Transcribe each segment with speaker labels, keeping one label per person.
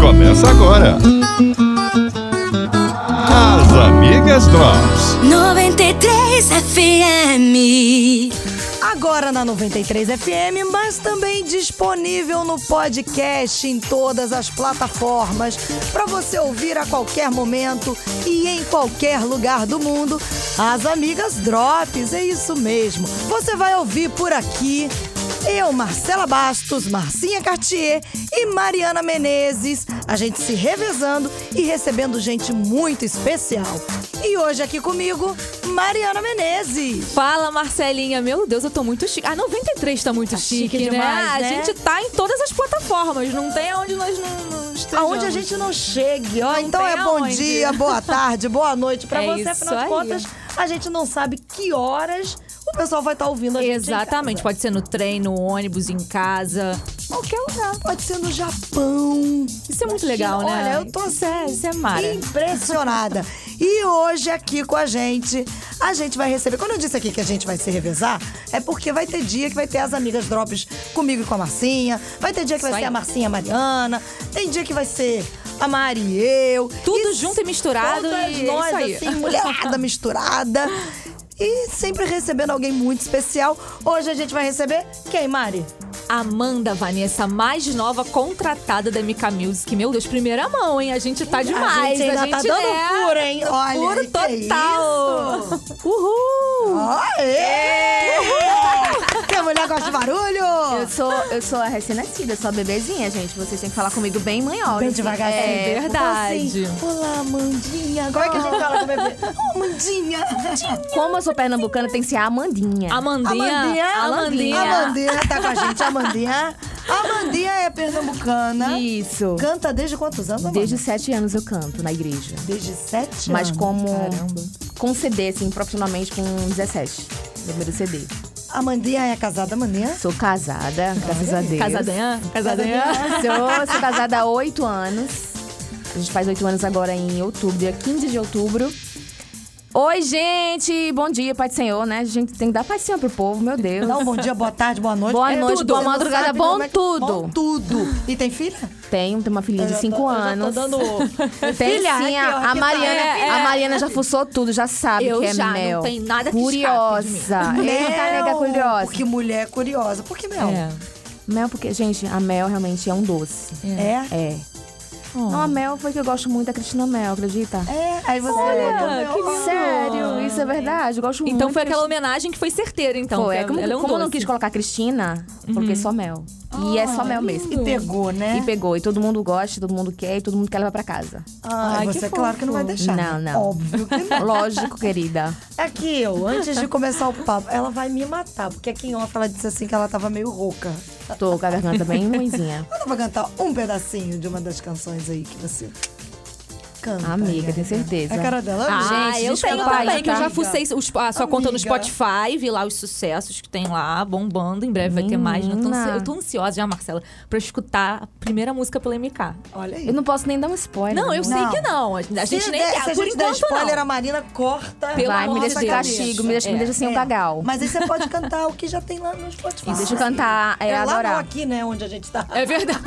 Speaker 1: começa agora. As Amigas Drops.
Speaker 2: 93 FM.
Speaker 3: Agora na 93 FM, mas também disponível no podcast em todas as plataformas para você ouvir a qualquer momento e em qualquer lugar do mundo. As amigas Drops, é isso mesmo. Você vai ouvir por aqui eu, Marcela Bastos, Marcinha Cartier e Mariana Menezes. A gente se revezando e recebendo gente muito especial. E hoje aqui comigo, Mariana Menezes.
Speaker 4: Fala, Marcelinha. Meu Deus, eu tô muito chique. Ah, 93 tá muito chique,
Speaker 2: chique
Speaker 4: né?
Speaker 2: demais,
Speaker 4: A
Speaker 2: né?
Speaker 4: gente tá em todas as plataformas. Não tem onde nós não, não estejamos.
Speaker 3: Aonde a gente não chegue, ó.
Speaker 4: Não
Speaker 3: então
Speaker 4: tem
Speaker 3: é bom
Speaker 4: aonde.
Speaker 3: dia, boa tarde, boa noite pra
Speaker 4: É
Speaker 3: você.
Speaker 4: isso
Speaker 3: Afinal de
Speaker 4: aí.
Speaker 3: contas, a gente não sabe que horas o pessoal vai estar ouvindo a gente. em
Speaker 4: Exatamente.
Speaker 3: casa.
Speaker 4: Pode ser no trem, no ônibus, em casa. Qualquer lugar.
Speaker 3: Pode ser no Japão.
Speaker 4: Isso é muito legal, né?
Speaker 3: Olha, eu tô
Speaker 4: Isso é,
Speaker 3: assim,
Speaker 4: isso é mara.
Speaker 3: impressionada. E hoje aqui com a gente, a gente vai receber. Quando eu disse aqui que a gente vai se revezar, é porque vai ter dia que vai ter as amigas drops comigo e com a Marcinha. Vai ter dia que vai
Speaker 4: Isso aí.
Speaker 3: ser a Marcinha e a Mariana. Tem dia que vai ser a Mari e eu.
Speaker 4: Tudo
Speaker 3: E
Speaker 4: junto e misturado
Speaker 3: Todas
Speaker 4: e é
Speaker 3: nós,
Speaker 4: isso aí.
Speaker 3: assim, mulherada misturada. E sempre recebendo alguém muito especial. Hoje a gente vai receber quem, Mari?
Speaker 4: Amanda Vanessa, a mais nova contratada da MK Music. Meu Deus, primeira mão, hein? A gente tá demais.
Speaker 3: gente ainda
Speaker 4: a gente
Speaker 3: tá dando
Speaker 4: é
Speaker 3: furo, hein? Olha,
Speaker 4: furo
Speaker 3: que é
Speaker 4: total. Uhul!
Speaker 3: Aê! Que a mulher gosta de
Speaker 5: Eu
Speaker 3: barulho!
Speaker 5: sou, eu sou a recém-nascida, eu sou a bebezinha, gente. Vocês têm que falar comigo bem manhosa.
Speaker 3: Bem devagarzinho.
Speaker 4: É
Speaker 3: Eu falo assim,
Speaker 4: verdade.
Speaker 3: Olá, Mandinha. Como é que a gente fala com o bebê? Oh, Mandinha.
Speaker 5: Como eu sou pernambucana, tem que ser a É. Amandinha.
Speaker 4: Amandinha.
Speaker 3: Amandinha.
Speaker 4: Amandinha.
Speaker 3: Amandinha tá com a gente. Amandinha. Amandinha é pernambucana.
Speaker 5: Isso.
Speaker 3: Canta desde quantos anos, Amanda?
Speaker 5: Desde os sete anos eu canto na igreja.
Speaker 3: Desde sete
Speaker 5: Mas
Speaker 3: anos.
Speaker 5: como
Speaker 3: Caramba.
Speaker 5: com CD, assim, profissionalmente com 17. Primeiro CD.
Speaker 3: Amandinha é casada, Amandinha?
Speaker 5: Sou casada, graças a Deus.
Speaker 4: Casadanhã? Casadanhã?
Speaker 5: Sou, sou casada há oito anos. A gente faz oito anos agora em outubro, dia 15 de outubro. Oi, gente! Bom dia, Pai do Senhor, né? A gente tem que dar Pai do Senhor pro povo, meu Deus.
Speaker 3: Dá um bom dia, boa tarde, boa noite. É
Speaker 5: Boa noite,
Speaker 3: tudo.
Speaker 5: boa
Speaker 3: Você não
Speaker 5: madrugada,
Speaker 3: sabe
Speaker 5: bom
Speaker 3: como é que-
Speaker 5: tudo.
Speaker 3: Bom tudo. E tem filha?
Speaker 5: Tenho, tenho uma filhinha de
Speaker 3: já
Speaker 5: 5
Speaker 3: tô- eu já tô
Speaker 5: anos.
Speaker 3: dando-
Speaker 5: Tem
Speaker 3: Filha,
Speaker 5: sim,
Speaker 3: aqui, ó,
Speaker 5: a,
Speaker 3: aqui
Speaker 5: a
Speaker 3: tá,
Speaker 5: Mariana,
Speaker 4: é,
Speaker 5: a
Speaker 4: é.
Speaker 5: Mariana já fuçou tudo, já sabe
Speaker 4: Eu
Speaker 5: que é
Speaker 4: já, não
Speaker 5: mel.
Speaker 4: tem nada que
Speaker 5: Curiosa. Eita,
Speaker 3: Mel,
Speaker 5: nega curiosa. É.
Speaker 3: Porque mulher é curiosa. Por que Mel?
Speaker 5: Mel, porque, gente, a mel realmente é um doce.
Speaker 3: É?
Speaker 5: É. Não, a mel foi que eu gosto muito da Cristina Mel, acredita?
Speaker 3: É, aí você.
Speaker 4: Olha, que lindo.
Speaker 5: Sério, isso é verdade, eu gosto muito.
Speaker 4: Então foi
Speaker 5: da
Speaker 4: aquela homenagem que foi certeira, então.
Speaker 5: Foi,
Speaker 4: que
Speaker 5: é como,
Speaker 4: ela é um
Speaker 5: como eu não
Speaker 4: doce.
Speaker 5: quis colocar Cristina, porque é só mel. e é só mel mesmo.
Speaker 3: E pegou, né?
Speaker 5: E pegou, e todo mundo gosta, todo mundo quer, e todo mundo quer levar pra casa.
Speaker 3: Ah,
Speaker 4: Ai,
Speaker 3: você,
Speaker 4: que
Speaker 3: claro que não vai
Speaker 4: fofo.
Speaker 3: deixar.
Speaker 5: Não,
Speaker 3: né?
Speaker 5: não.
Speaker 3: Óbvio que não.
Speaker 5: Lógico, querida.
Speaker 3: Aqui, eu, antes de começar o papo, ela vai me matar, porque aqui em off ela disse assim que ela tava meio rouca.
Speaker 5: Tô com a garganta bem ruimzinha.
Speaker 3: Ela vai cantar um pedacinho de uma das canções aí que você canta.
Speaker 5: Amiga,
Speaker 3: né?
Speaker 5: tenho certeza.
Speaker 3: A cara dela,
Speaker 4: Ah,
Speaker 5: Gente,
Speaker 4: eu tenho
Speaker 5: desculpa aí,
Speaker 4: também, que eu já
Speaker 5: tá?
Speaker 4: fucei os- a sua conta no
Speaker 3: Amiga.
Speaker 4: Spotify, vi lá os sucessos que tem lá, bombando. Em breve vai ter mais. né? Eu tô, ansi- eu tô ansiosa já, Marcela, pra escutar a primeira música pela MK.
Speaker 3: olha aí.
Speaker 5: Eu não posso nem dar um spoiler.
Speaker 4: Não, eu sei
Speaker 3: Não.
Speaker 4: que não. A gente
Speaker 3: se
Speaker 4: nem
Speaker 3: der,
Speaker 4: quer,
Speaker 3: se a
Speaker 4: por
Speaker 3: gente der
Speaker 4: enquanto
Speaker 3: spoiler,
Speaker 4: não.
Speaker 3: a Marina corta.
Speaker 4: Pelo
Speaker 5: Vai, me
Speaker 4: amor
Speaker 5: deixa
Speaker 4: de
Speaker 5: de
Speaker 4: Deus.
Speaker 5: castigo, me deixa, me
Speaker 4: É.
Speaker 5: deixa sem um gagal.
Speaker 3: Mas aí você pode cantar o que já tem lá no Spotify.
Speaker 5: E deixa eu cantar, é,
Speaker 3: É lá não
Speaker 5: adorar.
Speaker 3: aqui, né, onde a gente tá.
Speaker 4: É verdade.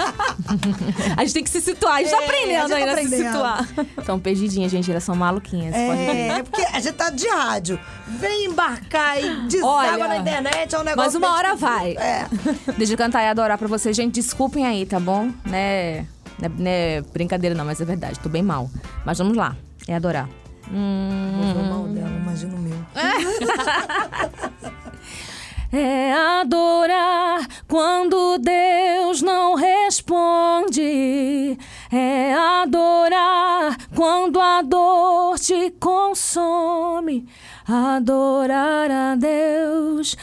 Speaker 4: a gente tem que se situar. A gente tá
Speaker 3: É, a gente
Speaker 4: aprendendo
Speaker 3: tá
Speaker 4: ainda a se
Speaker 3: aprendendo.
Speaker 4: situar.
Speaker 5: Estão perdidinhas, gente. Elas são maluquinhas, pode ver.
Speaker 3: É, é porque a gente tá de rádio. Vem embarcar e deságua
Speaker 4: Olha,
Speaker 3: na internet, é um negócio.
Speaker 4: Mas uma
Speaker 3: bem
Speaker 4: hora
Speaker 3: difícil.
Speaker 4: vai.
Speaker 3: É.
Speaker 5: Deixa eu cantar e adorar pra vocês. Gente, desculpem aí, tá bom? Né? Não é- não é brincadeira, não, mas é verdade. Tô bem mal. Mas vamos lá. É adorar.
Speaker 4: Hum.
Speaker 3: Vou ver o mal dela, imagina o meu.
Speaker 5: É adorar quando Deus não responde. É adorar quando a dor te consome. Adorar a Deus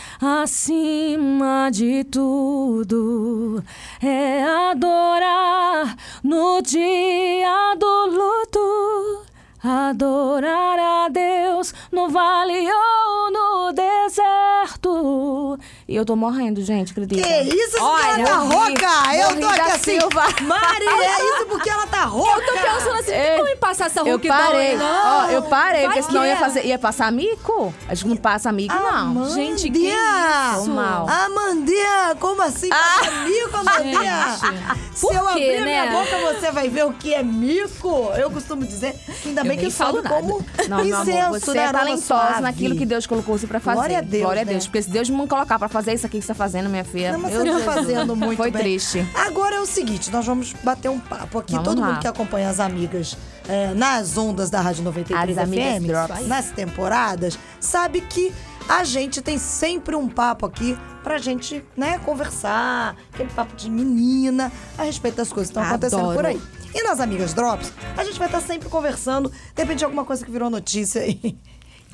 Speaker 5: acima de tudo. É adorar no dia do luto. Adorar a Deus no vale ou no deserto. E eu tô morrendo, gente, acredita?
Speaker 3: Que isso, esse cara
Speaker 4: Olha,
Speaker 3: tá
Speaker 4: eu
Speaker 3: rouca! Eu tô
Speaker 5: morri
Speaker 3: aqui
Speaker 5: da
Speaker 3: assim,
Speaker 5: Silva.
Speaker 3: Mari, é isso porque ela tá rouca.
Speaker 4: Eu tô pensando assim,
Speaker 5: Ei,
Speaker 4: tem como me passar essa
Speaker 5: Eu
Speaker 4: rouquidão
Speaker 5: parei.
Speaker 4: aí, não?
Speaker 5: Ó, eu parei,
Speaker 4: Vai
Speaker 5: porque senão
Speaker 4: que
Speaker 5: ia,
Speaker 4: é.
Speaker 5: fazer, ia passar mico. Acho que não passa mico,
Speaker 3: Ah,
Speaker 5: não.
Speaker 4: Gente, que
Speaker 3: Amandia!
Speaker 4: isso?
Speaker 5: Mal. Ah!
Speaker 3: Amandia, como assim? Passa mico, Amandia?
Speaker 4: Gente.
Speaker 3: Se
Speaker 4: Por
Speaker 3: eu
Speaker 4: quê,
Speaker 3: abrir a minha
Speaker 4: né?
Speaker 3: boca, você vai ver o que é mico. Eu costumo dizer, ainda bem
Speaker 4: nem
Speaker 3: que eu falo
Speaker 4: falo nada.
Speaker 3: como
Speaker 5: Não, meu
Speaker 3: incenso,
Speaker 5: amor, você
Speaker 3: né?
Speaker 5: é
Speaker 3: aroma
Speaker 5: talentosa
Speaker 3: suave.
Speaker 5: naquilo que Deus colocou você pra fazer.
Speaker 3: Glória a Deus,
Speaker 5: Glória a
Speaker 3: né?
Speaker 5: Deus. Porque se Deus me colocar pra fazer isso aqui que você tá fazendo, minha filha.
Speaker 3: Não, mas
Speaker 5: meu
Speaker 3: você tá
Speaker 5: Jesus.
Speaker 3: fazendo muito
Speaker 5: Foi
Speaker 3: bem.
Speaker 5: triste.
Speaker 3: Agora é o seguinte, nós vamos bater um papo aqui.
Speaker 5: Vamos
Speaker 3: Todo
Speaker 5: lá.
Speaker 3: mundo que acompanha as amigas eh, nas ondas da Rádio 93
Speaker 5: As amigas
Speaker 3: FM,
Speaker 5: drops.
Speaker 3: nas temporadas, sabe que a gente tem sempre um papo aqui pra gente, né, conversar, aquele papo de menina a respeito das coisas que estão acontecendo
Speaker 5: Adoro.
Speaker 3: por aí. E nas amigas drops, a gente vai estar sempre conversando, de repente alguma coisa que virou notícia aí.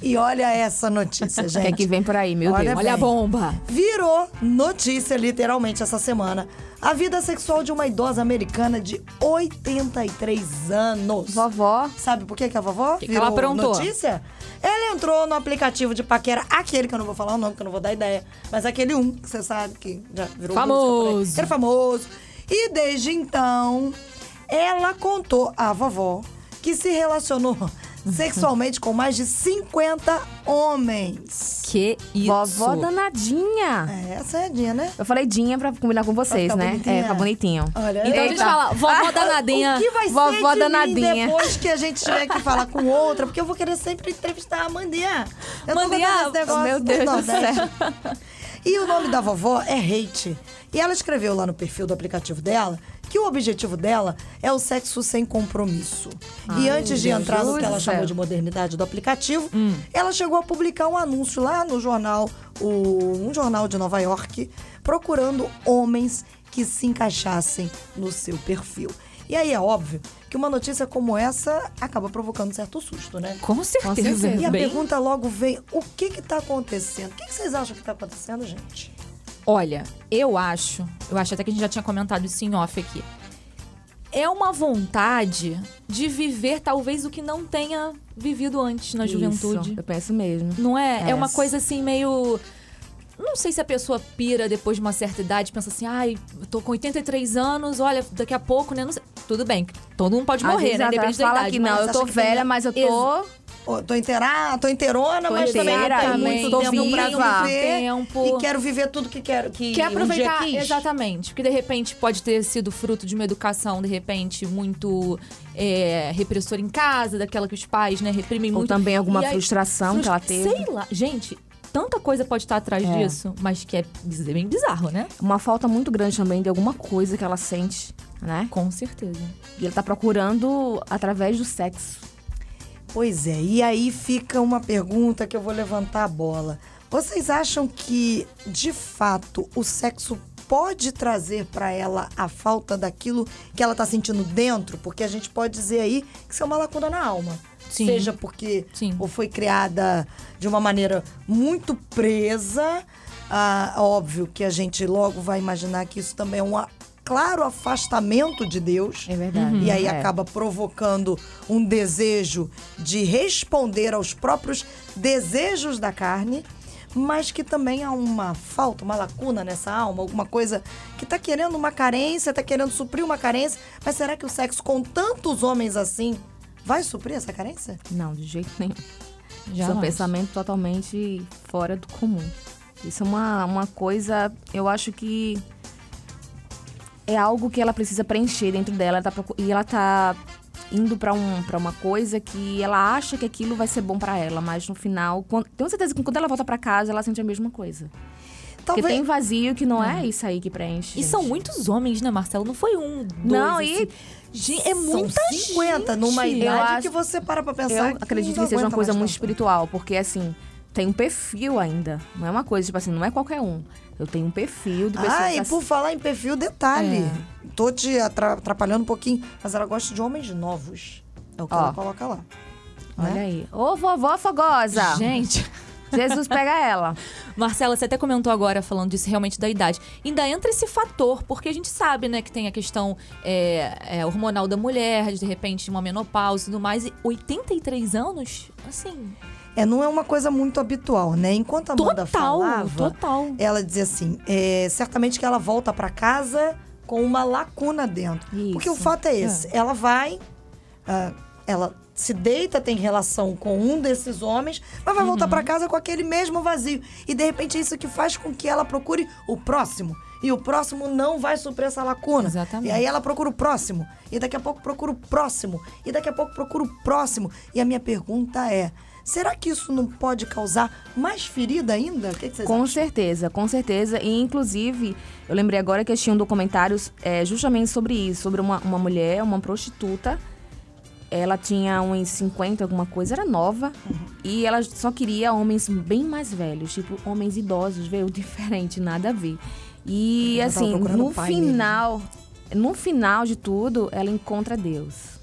Speaker 3: E olha essa notícia, gente.
Speaker 5: O que é que vem por aí, meu
Speaker 3: Olha
Speaker 5: Deus?
Speaker 3: bem.
Speaker 4: Olha a bomba.
Speaker 3: Virou notícia, literalmente, essa semana. A vida sexual de uma idosa americana de 83 anos.
Speaker 5: Vovó.
Speaker 3: Sabe por que, que a vovó
Speaker 4: que
Speaker 3: virou
Speaker 4: ela aprontou?
Speaker 3: notícia? Ela entrou no aplicativo de paquera, aquele que eu não vou falar o nome, que eu não vou dar ideia, mas aquele um que você sabe que já virou
Speaker 4: Famoso.
Speaker 3: música por aí. Era famoso. E desde então, ela contou à vovó que se relacionou sexualmente com mais de 50 homens.
Speaker 4: Que isso.
Speaker 5: Vovó danadinha.
Speaker 3: É, essa é a Dinha, né?
Speaker 5: Eu falei Dinha pra combinar com vocês,
Speaker 3: Pra ficar
Speaker 5: né?
Speaker 3: bonitinha.
Speaker 5: É, ficar bonitinho.
Speaker 3: Olha, Eita. Ah,
Speaker 4: Então
Speaker 5: Então,
Speaker 4: a gente fala, vovó danadinha.
Speaker 3: O que vai
Speaker 5: Vovó
Speaker 3: ser de mim
Speaker 5: danadinha.
Speaker 3: depois que a gente tiver que falar com outra? Porque eu vou querer sempre entrevistar a Mandinha. Eu tô
Speaker 4: Mandinha,
Speaker 3: adorando esse negócio
Speaker 5: meu Deus do
Speaker 3: Nordeste.
Speaker 5: céu.
Speaker 3: E o nome da vovó é Hate. E ela escreveu lá no perfil do aplicativo dela que o objetivo dela é o sexo sem compromisso. e antes de
Speaker 5: Deus
Speaker 3: entrar no
Speaker 5: do
Speaker 3: que ela
Speaker 5: céu.
Speaker 3: chamou de modernidade do aplicativo,
Speaker 4: Hum.
Speaker 3: ela chegou a publicar um anúncio lá no jornal, o- um jornal de Nova York, procurando homens que se encaixassem no seu perfil. E aí é óbvio que uma notícia como essa acaba provocando certo susto, né?
Speaker 4: Com certeza.
Speaker 5: certeza.
Speaker 3: E a
Speaker 4: Bem,
Speaker 3: pergunta logo vem: o que que tá acontecendo? O que, que vocês acham que tá acontecendo, gente?
Speaker 4: Olha, eu acho, eu acho até que a gente já tinha comentado isso em off aqui. É uma vontade de viver talvez o que não tenha vivido antes na
Speaker 5: Isso,
Speaker 4: juventude.
Speaker 5: Eu penso mesmo.
Speaker 4: Não é? É, uma
Speaker 5: Yes.
Speaker 4: coisa assim meio. Não sei se a pessoa pira depois de uma certa idade, pensa assim, ai, eu tô com 83 anos, olha, daqui a pouco, né? Não sei. Tudo bem, todo mundo pode
Speaker 5: Às
Speaker 4: morrer,
Speaker 5: vezes
Speaker 4: né?
Speaker 5: ela tá
Speaker 4: Depende da
Speaker 5: fala
Speaker 4: idade.
Speaker 5: que
Speaker 4: mas-
Speaker 5: não,
Speaker 3: mas
Speaker 5: eu
Speaker 3: acha
Speaker 5: tô
Speaker 3: que tem-
Speaker 5: velha, mas eu tô...
Speaker 3: Ô, tô inteira, tô inteirona,
Speaker 5: Tô
Speaker 3: mas
Speaker 5: inteira,
Speaker 3: também não tenho
Speaker 5: aí,
Speaker 3: muito
Speaker 5: é, tô
Speaker 3: tempo pra
Speaker 5: viva.
Speaker 3: viver.
Speaker 4: um Tempo.
Speaker 3: E quero viver tudo que quero. Que
Speaker 4: Quer aproveitar,
Speaker 3: um dia quis.
Speaker 4: exatamente. Porque de repente pode ter sido fruto de uma educação, de repente, muito é, repressora em casa, daquela que os pais, né, reprimem
Speaker 5: Ou
Speaker 4: muito.
Speaker 5: também alguma
Speaker 4: E aí-
Speaker 5: frustração que ela teve.
Speaker 4: Sei lá. Gente, tanta coisa pode estar atrás
Speaker 5: É.
Speaker 4: disso, mas que é biz- bem bizarro, né?
Speaker 5: Uma falta muito grande também de alguma coisa que ela sente, né?
Speaker 4: Com certeza.
Speaker 5: E ele tá procurando através do sexo.
Speaker 3: Pois é, e aí fica uma pergunta que eu vou levantar a bola. Vocês acham que, de fato, o sexo pode trazer pra ela a falta daquilo que ela tá sentindo dentro? Porque a gente pode dizer aí que isso é uma lacuna na alma.
Speaker 4: Sim.
Speaker 3: Seja porque
Speaker 4: Sim.
Speaker 3: ou foi criada de uma maneira muito presa. Ah, óbvio que a gente logo vai imaginar que isso também é um a- claro afastamento de Deus.
Speaker 5: É verdade.
Speaker 3: E aí
Speaker 5: É.
Speaker 3: acaba provocando um desejo de responder aos próprios desejos da carne, mas que também há uma falta, uma lacuna nessa alma, alguma coisa que tá querendo uma carência, tá querendo suprir uma carência, mas será que o sexo com tantos homens assim vai suprir essa carência?
Speaker 5: Não, de jeito nenhum.
Speaker 4: Já
Speaker 5: Isso é um
Speaker 4: acho.
Speaker 5: pensamento totalmente fora do comum. Isso é uma, uma coisa, eu acho que é algo que ela precisa preencher dentro dela. Ela tá procu- e ela tá indo pra um, pra uma coisa que ela acha que aquilo vai ser bom pra ela, mas no final, quando, tenho certeza que quando ela volta pra casa, ela sente a mesma coisa. Porque tem vazio que não é isso aí que preenche.
Speaker 4: E são
Speaker 5: gente.
Speaker 4: muitos homens, né, Marcelo? Não foi um, dois,
Speaker 5: Não,
Speaker 4: assim.
Speaker 5: e-
Speaker 4: Gen- É
Speaker 3: São
Speaker 4: muita
Speaker 3: 50
Speaker 4: gente.
Speaker 3: numa
Speaker 4: Eu
Speaker 3: idade
Speaker 5: acho-
Speaker 3: que você para pra pensar.
Speaker 5: Eu acredito
Speaker 3: não
Speaker 5: que seja uma
Speaker 3: aguenta
Speaker 5: coisa
Speaker 3: mais
Speaker 5: muito
Speaker 3: tanto.
Speaker 5: espiritual, porque assim, tem um perfil ainda. Não é uma coisa, tipo assim, não é qualquer um. Eu tenho um perfil de pessoa
Speaker 3: Ah,
Speaker 5: que
Speaker 3: e
Speaker 5: tá-
Speaker 3: por falar em perfil, detalhe. Tô te atra- atrapalhando um pouquinho, mas ela gosta de homens novos. É o que
Speaker 5: Ó.
Speaker 3: ela coloca lá.
Speaker 5: Olha aí. Ô, vovó fogosa!
Speaker 4: Gente.
Speaker 5: Jesus pega ela.
Speaker 4: Marcela, você até comentou agora falando disso realmente da idade. Ainda entra esse fator, porque a gente sabe, né, que tem a questão é, é, hormonal da mulher, de repente uma menopausa e tudo mais. E 83 anos, assim,
Speaker 3: É, não é uma coisa muito habitual, né? Enquanto a Amanda
Speaker 4: total,
Speaker 3: falava,
Speaker 4: total.
Speaker 3: ela dizia assim, é, certamente que ela volta pra casa com uma lacuna dentro.
Speaker 4: Isso.
Speaker 3: Porque o fato é esse. Ela vai, ah, ela se deita, tem relação com um desses homens, mas vai voltar
Speaker 4: Uhum.
Speaker 3: pra casa com aquele mesmo vazio. E de repente é isso que faz com que ela procure o próximo. E o próximo não vai suprir essa lacuna.
Speaker 4: Exatamente.
Speaker 3: E aí ela procura o próximo. E daqui a pouco procura o próximo. E daqui a pouco procura o próximo. E a minha pergunta é: será que isso não pode causar mais ferida ainda? O que, que vocês
Speaker 5: Com
Speaker 3: acham?
Speaker 5: certeza, com certeza. E, inclusive, eu lembrei agora que eu tinha um documentário é, justamente sobre isso, sobre uma, uma mulher, uma prostituta. Ela tinha uns 50, alguma coisa, era nova.
Speaker 3: Uhum.
Speaker 5: E ela só queria homens bem mais velhos, tipo homens idosos, veio diferente, nada a ver. E,
Speaker 3: Ela tava
Speaker 5: assim,
Speaker 3: procurando
Speaker 5: no
Speaker 3: o pai dele, né?
Speaker 5: final, no final de tudo, ela encontra Deus.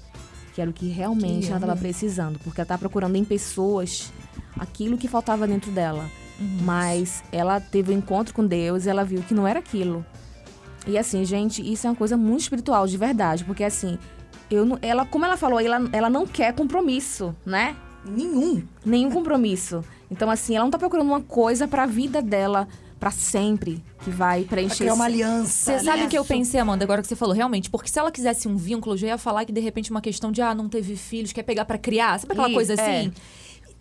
Speaker 5: Que era o que realmente ela estava precisando. Porque ela estava procurando em pessoas aquilo que faltava dentro dela.
Speaker 3: Uhum.
Speaker 5: Mas ela teve um encontro com Deus e ela viu que não era aquilo. E assim, gente, isso é uma coisa muito espiritual, de verdade. Porque assim, eu não- ela, como ela falou, aí, ela, ela não quer compromisso, né?
Speaker 3: Nenhum.
Speaker 5: Nenhum compromisso. Então, assim, ela não tá procurando uma coisa pra vida dela, pra sempre, que vai
Speaker 3: Pra
Speaker 5: preencher.
Speaker 3: criar é uma
Speaker 5: esse-
Speaker 3: aliança.
Speaker 4: Você sabe o que eu
Speaker 3: Isso.
Speaker 4: pensei, Amanda, agora que você falou, realmente? Porque se ela quisesse um vínculo, eu já ia falar que de repente uma questão de, ah, não teve filhos, quer pegar pra criar, sabe aquela
Speaker 5: Ih,
Speaker 4: coisa
Speaker 5: é.
Speaker 4: assim?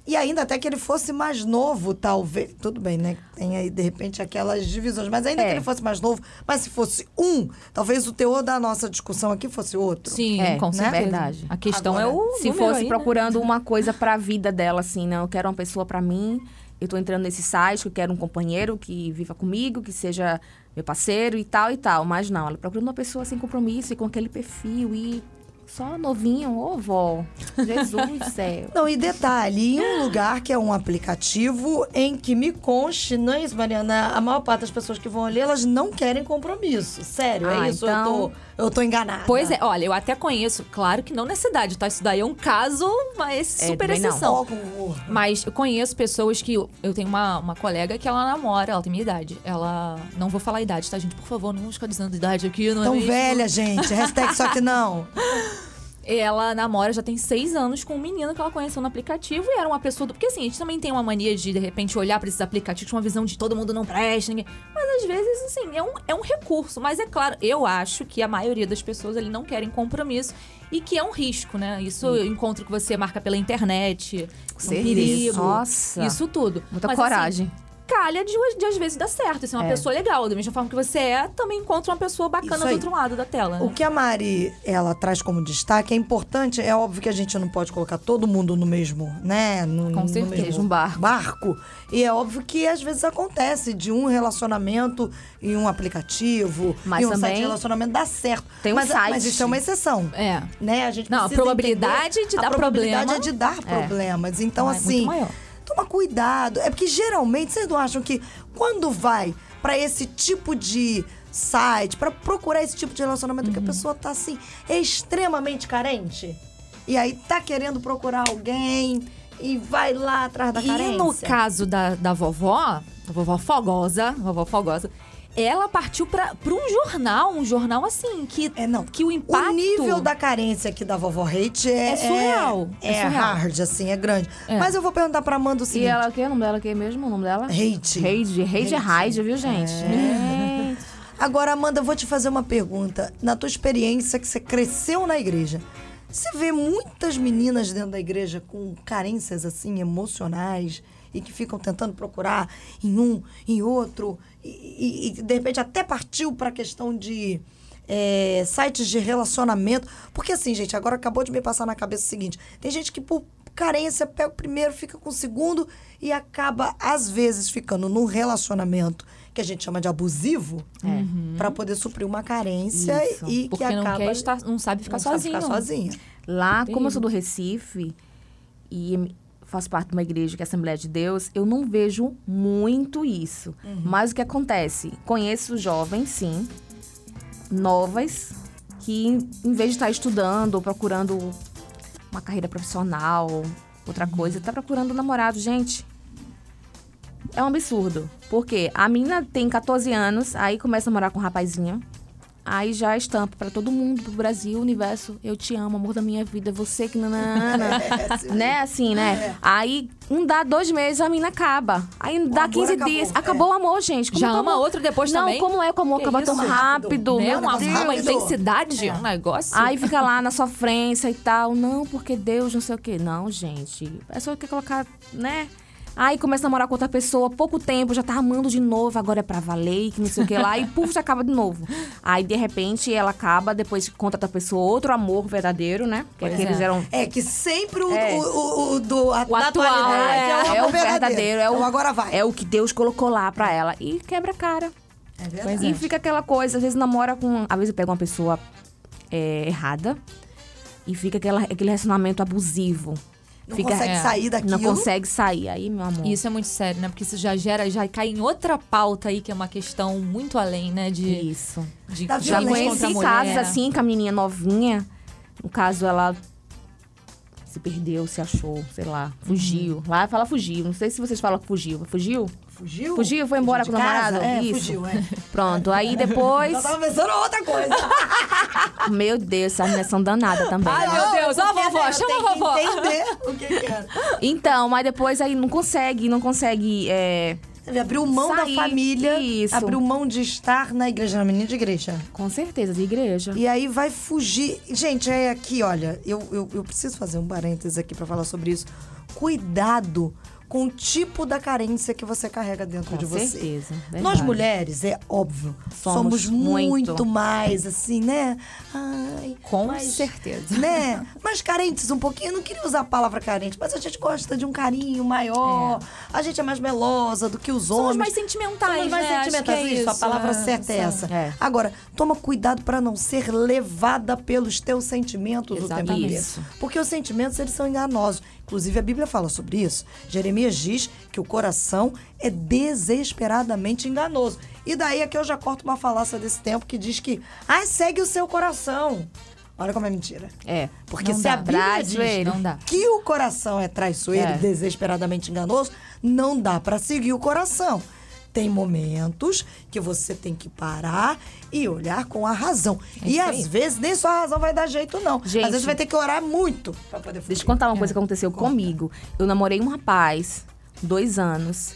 Speaker 3: E ainda até que ele fosse mais novo, talvez. Tudo bem, né? que Tem aí, de repente, aquelas divisões. Mas ainda
Speaker 5: É.
Speaker 3: que ele fosse mais novo, mas se fosse um, talvez o teor da nossa discussão aqui fosse outro.
Speaker 4: Sim,
Speaker 5: É,
Speaker 4: com
Speaker 5: né?
Speaker 4: certeza.
Speaker 5: Verdade.
Speaker 4: A questão
Speaker 3: Agora,
Speaker 4: é o.
Speaker 5: Se
Speaker 4: número
Speaker 5: fosse
Speaker 4: aí, né?
Speaker 5: procurando uma coisa pra vida dela, assim, não, eu quero uma pessoa pra mim, eu tô entrando nesse site, eu quero um companheiro que viva comigo, que seja meu parceiro e tal e tal. Mas não, ela procura uma pessoa sem compromisso e com aquele perfil e só novinho, ô vó. Jesus do céu.
Speaker 3: Não, e detalhe, em um lugar que é um aplicativo em que me conste, não é isso, Mariana? A maior parte das pessoas que vão ali, elas não querem compromisso. Sério,
Speaker 5: Ah,
Speaker 3: é isso? Eu,
Speaker 5: então-
Speaker 3: tô, eu tô enganada.
Speaker 4: Pois é, olha, eu até conheço, claro que não nessa idade, tá? Isso daí é um caso, mas
Speaker 5: É,
Speaker 4: super
Speaker 5: também não.
Speaker 4: exceção.
Speaker 3: Ó, com-
Speaker 4: Mas eu conheço pessoas que. Eu tenho uma, uma colega que ela namora, ela tem minha idade. Ela. Não vou falar a idade, tá, gente? Por favor, não vamos ficar dizendo idade aqui, não é
Speaker 3: Tão
Speaker 4: mesmo?
Speaker 3: velha, gente. Hashtag só que não.
Speaker 4: Ela namora, já tem seis anos, com um menino que ela conheceu no aplicativo e era uma pessoa do. Porque assim, a gente também tem uma mania de, de repente, olhar pra esses aplicativos com uma visão de todo mundo não presta, ninguém. Mas às vezes, assim, é um, é um recurso. Mas é claro, eu acho que a maioria das pessoas ali não querem compromisso e que é um risco, né? Isso encontro que você marca pela internet, com
Speaker 5: certeza.
Speaker 4: perigo.
Speaker 5: Nossa.
Speaker 4: Isso tudo.
Speaker 5: Muita
Speaker 4: Mas, assim,
Speaker 5: coragem.
Speaker 4: calha de, de às vezes dar certo. Se é uma
Speaker 5: É.
Speaker 4: pessoa legal, da mesma forma que você é, também encontra uma pessoa
Speaker 3: Isso
Speaker 4: bacana do
Speaker 3: aí.
Speaker 4: outro lado da tela. né?
Speaker 3: O que a Mari ela traz como destaque é importante, é óbvio que a gente não pode colocar todo mundo no mesmo, né? No,
Speaker 4: Com
Speaker 3: no
Speaker 4: certeza,
Speaker 3: mesmo
Speaker 5: um barco.
Speaker 3: barco. E é óbvio que às vezes acontece de um relacionamento em um aplicativo,
Speaker 5: Mas
Speaker 3: em um site
Speaker 5: também
Speaker 3: de relacionamento dá certo.
Speaker 5: tem um
Speaker 3: mas,
Speaker 5: site.
Speaker 3: mas isso é uma exceção.
Speaker 4: É.
Speaker 3: Né? A gente
Speaker 4: Não, a
Speaker 3: precisa
Speaker 4: probabilidade
Speaker 3: entender-
Speaker 4: de dar
Speaker 3: a probabilidade
Speaker 4: problema-
Speaker 3: é de dar problemas. Então,
Speaker 4: Ah, é muito
Speaker 3: assim,
Speaker 4: maior.
Speaker 3: toma cuidado. É porque geralmente vocês não acham que quando vai pra esse tipo de site, pra procurar esse tipo de relacionamento,
Speaker 4: Uhum.
Speaker 3: que a pessoa tá assim, extremamente carente. E aí tá querendo procurar alguém e vai lá atrás da carência.
Speaker 4: E no caso da, da vovó, da vovó fogosa, vovó fogosa, É ela partiu pra, pra um jornal, um jornal assim, que,
Speaker 3: É, não.
Speaker 4: que o impacto.
Speaker 3: O nível da carência aqui da vovó Hate é,
Speaker 4: É surreal,
Speaker 3: É,
Speaker 4: é
Speaker 3: é
Speaker 4: surreal.
Speaker 3: hard, assim, é grande. Mas eu vou perguntar pra Amanda o
Speaker 5: E
Speaker 3: seguinte.
Speaker 5: ela, o que é o nome dela? O que é mesmo o nome dela?
Speaker 3: Hate.
Speaker 5: Rage. Rage é Rage, viu, gente?
Speaker 4: É.
Speaker 5: Gente.
Speaker 3: Agora, Amanda, eu vou te fazer uma pergunta. Na tua experiência que você cresceu na igreja, você vê muitas meninas dentro da igreja com carências assim emocionais e que ficam tentando procurar em um, em outro, e, e- e, de repente até partiu para a questão de é, sites de relacionamento. Porque assim, gente, agora acabou de me passar na cabeça o seguinte: tem gente que por carência, pega o primeiro, fica com o segundo e acaba, às vezes, ficando num relacionamento que a gente chama de abusivo pra poder suprir uma carência
Speaker 5: É. Isso,
Speaker 3: e que
Speaker 4: Porque não
Speaker 3: acaba
Speaker 4: quer estar, não sabe ficar
Speaker 3: não sabe
Speaker 4: sozinho.
Speaker 3: ficar sozinha.
Speaker 5: Lá, como
Speaker 4: Terrível.
Speaker 5: eu sou do Recife e em- faço parte de uma igreja que é a Assembleia de Deus, eu não vejo muito isso. Mas o que acontece? Conheço jovens, sim, novas, que em- em vez de estar estudando ou procurando uma carreira profissional, outra coisa, tá procurando um namorado. Gente, é um absurdo. Porque a menina tem 14 anos, aí começa a morar com um rapazinho. Aí já estampa pra todo mundo, pro Brasil, universo. Eu te amo, amor da minha vida, você que nanana. né, assim, né? Aí não dá dois meses, a mina acaba. Aí não dá
Speaker 3: amor
Speaker 5: 15
Speaker 3: acabou,
Speaker 5: dias.
Speaker 3: é.
Speaker 5: Acabou o amor, gente. Como
Speaker 4: Já
Speaker 5: que o
Speaker 4: ama
Speaker 5: amor-
Speaker 4: outro depois
Speaker 5: não,
Speaker 4: também?
Speaker 5: como é que o amor
Speaker 4: Que
Speaker 5: acaba tão
Speaker 4: isso?
Speaker 5: rápido?
Speaker 4: Né?
Speaker 5: meu
Speaker 4: Uma,
Speaker 5: Deus.
Speaker 4: uma
Speaker 3: Deus.
Speaker 4: intensidade, um negócio.
Speaker 5: Aí fica lá na sofrência e tal. Não, porque Deus não sei o quê. Não, gente. A pessoa quer colocar, né? Aí começa a namorar com outra pessoa, pouco tempo, já tá amando de novo, agora é pra valer, e que não sei o que lá, e puf, já acaba de novo. Aí, de repente, ela acaba, depois conta outra pessoa outro amor verdadeiro, né? Que
Speaker 4: Pois
Speaker 5: aqueles
Speaker 4: é.
Speaker 5: eram.
Speaker 3: É que sempre o,
Speaker 5: É.
Speaker 3: o, o, o do a,
Speaker 4: O
Speaker 3: da
Speaker 4: atual,
Speaker 3: atualidade
Speaker 4: é,
Speaker 3: amor
Speaker 5: é o verdadeiro, é o,
Speaker 3: Então agora vai.
Speaker 5: É o que Deus colocou lá pra ela. E quebra a cara.
Speaker 3: É verdade.
Speaker 4: Pois é.
Speaker 5: E fica aquela coisa, às vezes namora com. Às vezes pega uma pessoa é, errada e fica aquela, aquele relacionamento abusivo.
Speaker 3: Não
Speaker 5: fica,
Speaker 3: consegue
Speaker 4: é,
Speaker 3: sair daquilo.
Speaker 5: Não consegue sair. Aí, meu amor.
Speaker 4: E Isso é muito sério, né? Porque isso já gera, já cai em outra pauta aí, que é uma questão muito além, né? De,
Speaker 5: Isso.
Speaker 4: de,
Speaker 3: Da
Speaker 4: de
Speaker 5: Já
Speaker 3: violência
Speaker 4: contra a
Speaker 5: conheci
Speaker 4: mulher.
Speaker 5: casos assim, com a menininha novinha. No caso, ela se perdeu, se achou, sei lá, fugiu.
Speaker 4: Uhum.
Speaker 5: Lá fala fugiu. Não sei se vocês falam que fugiu. Fugiu?
Speaker 3: Fugiu?
Speaker 5: Fugiu, foi embora
Speaker 3: de
Speaker 5: com o
Speaker 3: casa?
Speaker 5: namorado?
Speaker 3: É,
Speaker 5: Isso.
Speaker 3: fugiu, é.
Speaker 5: Pronto. Aí depois.
Speaker 3: Eu tava pensando em outra coisa.
Speaker 5: meu Deus, essas meninas são danadas também.
Speaker 4: Ai, meu
Speaker 3: Não,
Speaker 4: Deus, ó a
Speaker 3: porque,
Speaker 4: vovó,
Speaker 3: né,
Speaker 4: chama
Speaker 3: tem
Speaker 4: a vovó.
Speaker 3: que entender o que que é. era.
Speaker 5: Então, mas depois aí não consegue, não consegue. É,
Speaker 3: Ele abriu mão
Speaker 5: Sair,
Speaker 3: da família,
Speaker 5: isso.
Speaker 3: abriu mão de estar na igreja, na menina de igreja.
Speaker 5: com certeza, de igreja.
Speaker 3: E aí vai fugir. Gente, é aqui, olha, eu, eu, eu preciso fazer um parênteses aqui pra falar sobre isso. Cuidado com o tipo da carência que você carrega dentro
Speaker 5: Com
Speaker 3: de você.
Speaker 5: certeza, verdade.
Speaker 3: Nós mulheres, é óbvio, somos,
Speaker 5: Somos
Speaker 3: muito.
Speaker 5: muito.
Speaker 3: mais assim, né? Ai,
Speaker 4: Com
Speaker 3: mas-
Speaker 4: certeza.
Speaker 3: Né? Mais carentes um pouquinho. Eu não queria usar a palavra carente, mas a gente gosta de um carinho maior. A gente é mais melosa do que os
Speaker 4: Somos
Speaker 3: homens.
Speaker 4: mais sentimentais,
Speaker 3: Somos mais
Speaker 4: né? Acho
Speaker 3: sentimentais,
Speaker 4: que é
Speaker 3: isso, A
Speaker 4: isso,
Speaker 3: palavra
Speaker 4: é,
Speaker 3: certa é
Speaker 4: são.
Speaker 3: essa.
Speaker 5: É.
Speaker 3: Agora, toma cuidado pra não ser levada pelos teus sentimentos o tempo
Speaker 5: Exatamente.
Speaker 3: inteiro.
Speaker 5: Isso.
Speaker 3: Porque os sentimentos, eles são enganosos. Inclusive, a Bíblia fala sobre isso. Jeremias diz que o coração é desesperadamente enganoso. E daí é que eu já corto uma falácia desse tempo que diz que, ai, segue o seu coração. Olha como é mentira.
Speaker 5: É.
Speaker 3: Porque
Speaker 4: Não
Speaker 3: se
Speaker 4: dá.
Speaker 3: a Bíblia diz
Speaker 5: Traiçoeiro.
Speaker 4: Não dá.
Speaker 3: que o coração é traiçoeiro,
Speaker 5: É.
Speaker 3: desesperadamente enganoso, não dá pra seguir o coração. Tem momentos que você tem que parar e olhar com a razão. e às vezes nem só a razão vai dar jeito, não.
Speaker 5: É Gente.
Speaker 3: às vezes vai ter que orar muito pra poder fugir.
Speaker 5: Deixa eu contar uma coisa que aconteceu comigo. Eu namorei um rapaz, dois anos,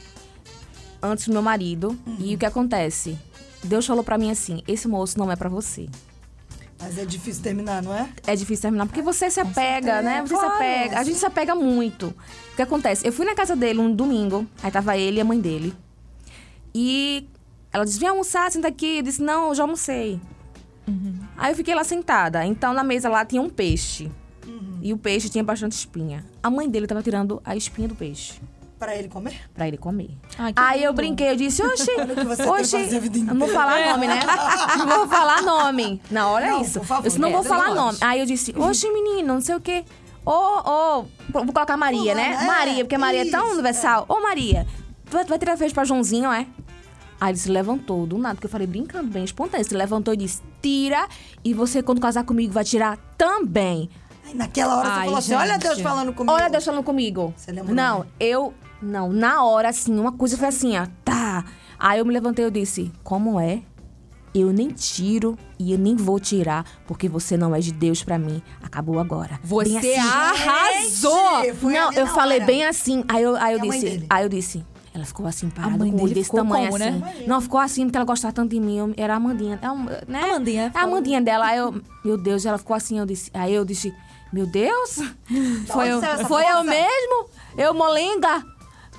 Speaker 5: antes do meu marido. E o que acontece? Deus falou pra mim assim: esse moço não é pra você.
Speaker 3: Mas é difícil terminar, não é?
Speaker 5: É difícil terminar, porque você se apega, né? Você se apega. A gente se apega muito. O que acontece? Eu fui na casa dele um domingo, aí tava ele e a mãe dele. E ela disse: vem almoçar, senta aqui. Eu disse: não, eu já almocei. Aí eu fiquei lá sentada. Então na mesa lá tinha um peixe. E o peixe tinha bastante espinha. A mãe dele tava tirando a espinha do peixe
Speaker 3: Pra ele comer?
Speaker 5: pra ele comer.
Speaker 4: Ai, que
Speaker 5: Aí eu
Speaker 4: lindo.
Speaker 5: brinquei, eu disse, oxi,
Speaker 3: que você tem que fazer a vida
Speaker 5: oxi,
Speaker 3: inteira.
Speaker 5: não vou falar nome, né? Não vou falar nome. Não, olha
Speaker 3: Não,
Speaker 5: isso.
Speaker 3: por favor.
Speaker 5: eu disse, não
Speaker 3: É, Uhum.
Speaker 5: vou
Speaker 3: você
Speaker 5: falar
Speaker 3: não
Speaker 5: nome.
Speaker 3: pode.
Speaker 5: Aí eu disse, oxi, menino, não sei o quê. Ô, ô, vou colocar Maria, né?
Speaker 3: Fulano, é,
Speaker 5: Maria, porque Maria é tão
Speaker 3: isso,
Speaker 5: universal. Ô, Maria, tu vai, tu vai tirar feio pra Joãozinho, é? Aí ele se levantou, do nada, porque eu falei brincando, bem espontâneo. Se levantou e disse, tira, e você quando casar comigo vai tirar também.
Speaker 3: Aí naquela hora você
Speaker 4: Ai,
Speaker 3: falou assim: olha
Speaker 4: gente.
Speaker 3: Deus falando comigo.
Speaker 5: Olha Deus falando comigo.
Speaker 3: Você lembrou,
Speaker 5: Não,
Speaker 3: né?
Speaker 5: eu. Não, na hora, assim, uma coisa foi assim, ó, tá. Aí eu me levantei e eu disse: Como é? Eu nem tiro e eu nem vou tirar, porque você não é de Deus pra mim. Acabou agora. Bem
Speaker 4: Você
Speaker 5: assim.
Speaker 4: arrasou!
Speaker 3: Gente, foi
Speaker 5: Não,
Speaker 3: ali
Speaker 5: eu
Speaker 3: na
Speaker 5: falei
Speaker 3: hora.
Speaker 5: bem assim. Aí eu, aí eu
Speaker 3: E a mãe
Speaker 5: disse,
Speaker 3: dele?
Speaker 5: aí eu disse. Ela ficou assim parada,
Speaker 4: mãe
Speaker 5: com o olho
Speaker 4: dele
Speaker 5: desse
Speaker 4: ficou
Speaker 5: tamanho
Speaker 4: como, né?
Speaker 5: assim. Não, ficou assim porque ela gostava tanto de mim. eu- era a Amandinha. É um, né?
Speaker 4: A Amandinha,
Speaker 5: É a Amandinha dela. Aí eu, meu Deus, ela ficou assim, eu disse. Aí eu disse, meu Deus! Foi, eu,
Speaker 3: saiu essa
Speaker 5: foi eu
Speaker 3: força?
Speaker 5: mesmo? Eu molenga?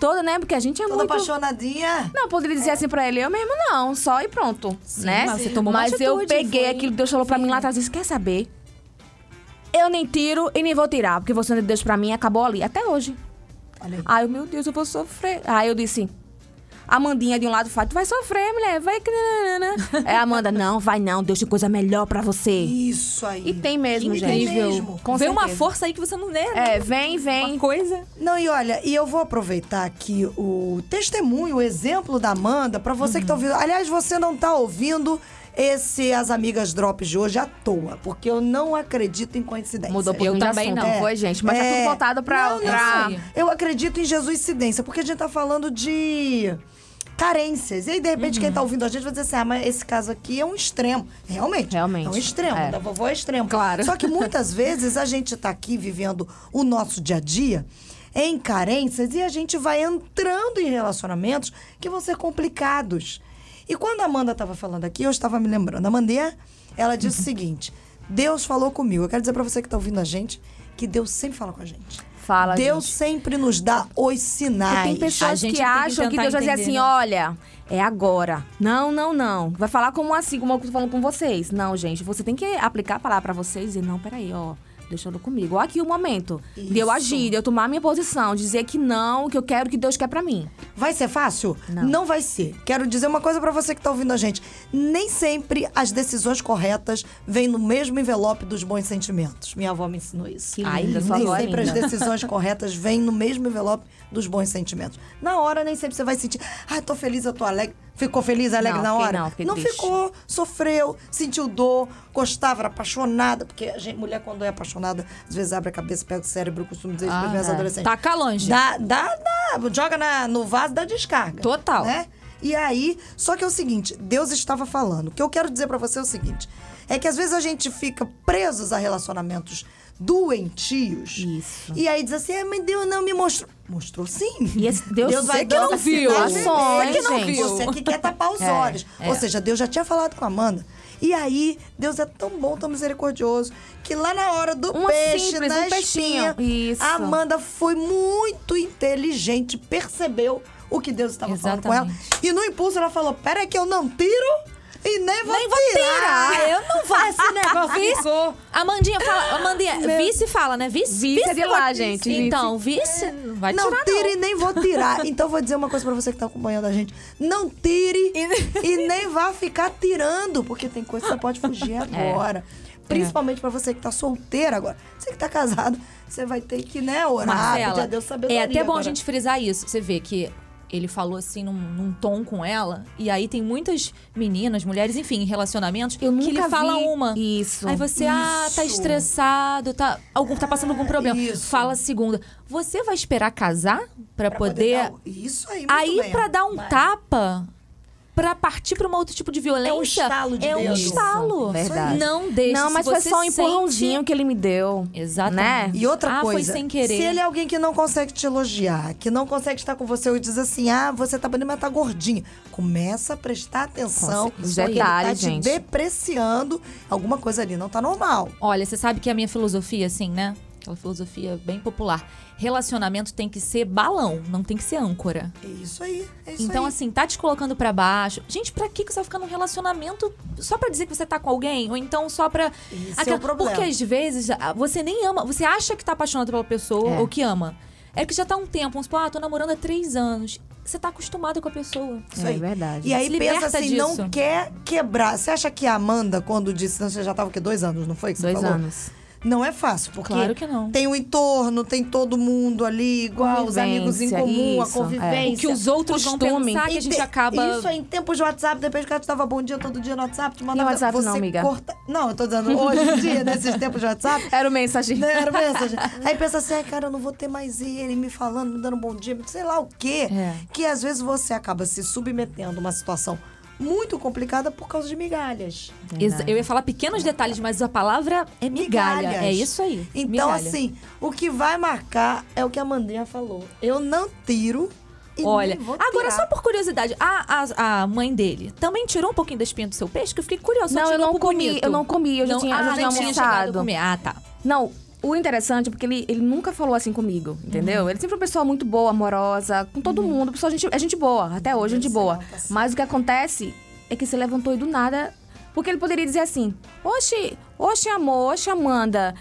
Speaker 5: Toda, né? Porque a gente é
Speaker 3: Toda
Speaker 5: muito.
Speaker 3: apaixonadinha.
Speaker 5: Não, eu poderia dizer assim pra ele, eu mesmo não, só e pronto. né?
Speaker 4: mas você tomou uma
Speaker 5: mas eu
Speaker 4: atitude,
Speaker 5: peguei
Speaker 4: foi-
Speaker 5: aquilo que Deus falou pra mim lá atrás e disse: quer saber? Eu nem tiro e nem vou tirar, porque você não é de Deus pra mim, acabou ali, até hoje.
Speaker 3: Olha aí.
Speaker 5: Aí eu, meu Deus, eu vou sofrer. Aí eu disse, Amandinha de um lado fala, tu vai sofrer, mulher, vai que... nananana." Aí a Amanda, não, vai não, Deus tem coisa melhor pra você.
Speaker 3: Isso aí.
Speaker 5: E tem mesmo,
Speaker 3: Que
Speaker 5: gente.
Speaker 3: incrível. mesmo.
Speaker 5: Com
Speaker 4: Vem uma
Speaker 5: certeza.
Speaker 4: força aí que você não lê. né?
Speaker 5: É, vem,
Speaker 4: Uma
Speaker 5: vem.
Speaker 4: coisa.
Speaker 3: Não, e olha, e eu vou aproveitar aqui o testemunho, o exemplo da Amanda, pra você
Speaker 5: Uhum.
Speaker 3: que tá ouvindo. Aliás, você não tá ouvindo esse As Amigas Drops de hoje à toa, porque eu não acredito em coincidência. É.
Speaker 5: Mudou um
Speaker 4: Eu
Speaker 5: pouquinho de
Speaker 4: também
Speaker 5: assunto,
Speaker 4: não.
Speaker 5: não foi, gente? Mas tá tudo voltado pra...
Speaker 3: Não, assim, não,
Speaker 5: pra-
Speaker 4: isso aí.
Speaker 3: Eu acredito em Jesuscidência, porque a gente tá falando de carências. E aí, de repente, quem tá
Speaker 5: Uhum.
Speaker 3: ouvindo a gente vai dizer assim: ah, mas esse caso aqui é um extremo. Realmente.
Speaker 5: Realmente.
Speaker 3: É um extremo.
Speaker 5: É.
Speaker 3: Da vovó é extremo.
Speaker 4: Claro.
Speaker 3: Só que muitas vezes a gente tá aqui vivendo o nosso dia a dia em carências e a gente vai entrando em relacionamentos que vão ser complicados. E quando a Amanda estava falando aqui, eu estava me lembrando. A Amanda, ela disse o seguinte: Deus falou comigo. Eu quero dizer pra você que tá ouvindo a gente que Deus sempre fala com a gente.
Speaker 5: Fala,
Speaker 3: Deus
Speaker 5: gente.
Speaker 3: sempre nos dá os sinais.
Speaker 5: Porque tem
Speaker 4: A
Speaker 5: pessoas
Speaker 4: gente
Speaker 5: que
Speaker 4: tem que
Speaker 5: acham que
Speaker 4: tentar
Speaker 5: Deus vai dizer
Speaker 4: entender,
Speaker 5: assim,
Speaker 4: né?
Speaker 5: olha, é agora. Não, não, não. Vai falar como assim, como eu tô falando com vocês. Não, gente, você tem que aplicar a palavra pra vocês e não, peraí, ó. Deus falou comigo. Ó, aqui o momento de eu
Speaker 3: Isso.
Speaker 5: agir, de eu tomar a minha posição, dizer que não, que eu quero o que Deus quer pra mim.
Speaker 3: Vai ser fácil?
Speaker 5: Não.
Speaker 3: vai ser. Quero dizer uma coisa pra você que tá ouvindo a gente. Nem sempre as decisões corretas vêm no mesmo envelope dos bons sentimentos. Minha avó me ensinou isso.
Speaker 5: Que
Speaker 3: Ai,
Speaker 5: linda, sua
Speaker 3: nem
Speaker 5: avó é
Speaker 3: sempre as
Speaker 5: linda.
Speaker 3: decisões corretas vêm no mesmo envelope dos bons sentimentos. Na hora, nem sempre você vai sentir, ah, tô feliz, eu tô alegre. Ficou feliz, alegre
Speaker 5: Não,
Speaker 3: na
Speaker 5: fiquei
Speaker 3: hora?
Speaker 5: não, fiquei triste.
Speaker 3: ficou, sofreu, sentiu dor, gostava, era apaixonada, porque a gente- mulher quando é apaixonada, às vezes abre a cabeça, pega o cérebro, eu costumo dizer isso para
Speaker 4: Ah,
Speaker 3: minhas
Speaker 4: é.
Speaker 5: Tá
Speaker 3: adolescentes.
Speaker 4: Taca longe.
Speaker 3: Dá, dá, dá. Joga na- no vaso da descarga.
Speaker 4: Total.
Speaker 3: Né? E aí, só que é o seguinte, Deus estava falando. O que eu quero dizer pra você é o seguinte: é que às vezes a gente fica presos a relacionamentos doentios.
Speaker 5: Isso.
Speaker 3: E aí diz assim: ah, mas Deus não me mostrou. Mostrou sim.
Speaker 5: E esse Deus-
Speaker 3: vai
Speaker 5: você que não
Speaker 3: dando
Speaker 5: viu,
Speaker 3: sinais
Speaker 5: você
Speaker 3: vermelhos.
Speaker 5: que não viu.
Speaker 3: Você que quer tapar os
Speaker 5: É,
Speaker 3: olhos.
Speaker 5: é.
Speaker 3: Ou seja, Deus já tinha falado com a Amanda. E aí, Deus é tão bom, tão misericordioso, que lá na hora do
Speaker 5: Uma
Speaker 3: peixe,
Speaker 5: simples,
Speaker 3: na
Speaker 5: um peixinho.
Speaker 3: espinha,
Speaker 5: Isso.
Speaker 3: a Amanda Amanda foi muito inteligente, percebeu o que Deus estava falando com ela.
Speaker 4: Exatamente.
Speaker 3: E no impulso ela falou: Pera que eu não tiro e nem vou
Speaker 4: Nem vou
Speaker 3: tirar.
Speaker 4: tirar. Ah, Eu não vou. Esse negócio ficou. Amandinha fala. Amandinha, vice fala, né? Vice.
Speaker 5: Vice é de
Speaker 4: eu
Speaker 5: lá,
Speaker 4: vou-
Speaker 5: gente,
Speaker 4: Então, vice. Não vai
Speaker 3: não
Speaker 4: tirar,
Speaker 3: tire e nem vou tirar. Então vou dizer uma coisa pra você que tá acompanhando a gente. Não tire e nem vá ficar tirando, porque tem coisa que você pode
Speaker 4: É.
Speaker 3: fugir agora. Principalmente pra você que tá solteira agora. Você que tá casado, você vai ter que, né, orar, pedir a
Speaker 4: Marcela,
Speaker 3: Deus sabedoria.
Speaker 4: é até bom
Speaker 3: agora.
Speaker 4: a gente frisar isso. Você vê que ele falou assim num, num tom com ela, e aí tem muitas meninas, mulheres, enfim, em relacionamentos,
Speaker 5: Eu nunca
Speaker 4: que ele fala
Speaker 5: vi
Speaker 4: uma.
Speaker 5: isso.
Speaker 4: Aí você, ah, tá
Speaker 3: Isso.
Speaker 4: estressado, tá, algum, tá passando algum problema.
Speaker 3: isso.
Speaker 4: Fala a segunda. Você vai esperar casar pra
Speaker 3: Pra
Speaker 4: poder.
Speaker 3: dar o- Isso aí, muito
Speaker 4: aí
Speaker 3: bem.
Speaker 4: pra dar um
Speaker 3: Vai. É
Speaker 4: tapa. Pra partir pra um outro tipo de violência.
Speaker 3: estalo de
Speaker 4: É um
Speaker 3: dedo.
Speaker 4: estalo.
Speaker 5: Verdade.
Speaker 4: Não deixa.
Speaker 5: não, mas
Speaker 4: Se
Speaker 5: foi
Speaker 4: você
Speaker 5: só um
Speaker 4: sente-
Speaker 5: empurrãozinho que ele me deu.
Speaker 4: Exatamente.
Speaker 5: Né?
Speaker 3: né? E outra
Speaker 4: Ah, foi
Speaker 3: coisa,
Speaker 4: sem querer.
Speaker 3: se ele é alguém que não consegue te elogiar, que não consegue estar com você e diz assim, ah, você tá bonita, mas tá gordinha. Começa a prestar atenção.
Speaker 5: Nossa, os
Speaker 3: porque ele tá
Speaker 5: detalhes,
Speaker 3: te
Speaker 5: gente.
Speaker 3: depreciando. Alguma coisa ali não tá normal.
Speaker 4: Olha, você sabe que a minha filosofia, assim, né? Aquela filosofia bem popular. Relacionamento tem que ser balão, não tem que ser âncora.
Speaker 3: É isso aí, é isso
Speaker 4: Então,
Speaker 3: aí.
Speaker 4: assim, tá te colocando pra baixo. Gente, pra que que você vai ficar num relacionamento só pra dizer que você tá com alguém? Ou então só pra.
Speaker 3: Esse é o problema.
Speaker 4: Porque às vezes a- você nem ama, você acha que tá apaixonado pela pessoa
Speaker 5: É.
Speaker 4: ou que ama. É que já tá um tempo, vamos supor, ah, tô namorando há três anos. Você tá acostumado com a pessoa.
Speaker 3: Isso
Speaker 5: É
Speaker 3: aí.
Speaker 5: verdade.
Speaker 3: E aí
Speaker 4: Se
Speaker 3: pensa
Speaker 4: liberta
Speaker 3: assim,
Speaker 4: disso.
Speaker 3: não quer quebrar. Você acha que a Amanda, quando disse, não, você já tava o quê? Dois anos, não foi? Que você
Speaker 5: Dois
Speaker 3: falou?
Speaker 5: anos.
Speaker 3: Não é fácil, porque
Speaker 4: Claro que não.
Speaker 3: tem o entorno, tem todo mundo ali, igual, os amigos em comum,
Speaker 5: Convivência, isso, é.
Speaker 3: a convivência.
Speaker 4: O que os outros vão
Speaker 5: Costume.
Speaker 4: pensar que a gente
Speaker 3: Inte-
Speaker 4: acaba.
Speaker 3: Isso aí, em tempos de WhatsApp, depois que o cara te dava bom dia todo dia no WhatsApp, te mandava.
Speaker 5: E o WhatsApp
Speaker 3: você
Speaker 5: não, amiga.
Speaker 3: Corta... Não, eu tô dizendo hoje em dia, nesses tempos de WhatsApp.
Speaker 5: Era o mensageiro.
Speaker 3: Né, era mensagem. Aí pensa assim, ai, cara, eu não vou ter mais ele me falando, me dando bom dia, sei lá o quê.
Speaker 4: É.
Speaker 3: Que às vezes você acaba se submetendo a uma situação muito complicada por causa de migalhas.
Speaker 4: Exa- Eu ia falar pequenos detalhes, mas a palavra é migalha. É isso aí.
Speaker 3: Então,
Speaker 4: migalha.
Speaker 3: assim, o que vai marcar é o que a Mandinha falou. Eu não tiro e
Speaker 4: Olha,
Speaker 3: nem vou
Speaker 4: agora
Speaker 3: tirar.
Speaker 4: só por curiosidade, a, a, a mãe dele também tirou um pouquinho da espinha do seu peixe, que eu fiquei curiosa. só
Speaker 5: Não, eu
Speaker 4: tirou um
Speaker 5: não
Speaker 4: pro
Speaker 5: comi,
Speaker 4: bonito.
Speaker 5: eu não comi, eu já tinha-
Speaker 4: ah,
Speaker 5: eu já tinha
Speaker 4: tinha chegado a
Speaker 5: almoçado.
Speaker 4: comer. Ah, tá.
Speaker 5: Não, o interessante é porque ele, ele nunca falou assim comigo,
Speaker 4: Uhum.
Speaker 5: entendeu? Ele sempre foi uma pessoa muito boa, amorosa, com todo mundo. Pessoa, gente, é gente boa, até hoje, gente boa. Mas o que acontece é que se levantou e do nada. Porque ele poderia dizer assim: Oxi, oxi, amor, oxi, Amanda.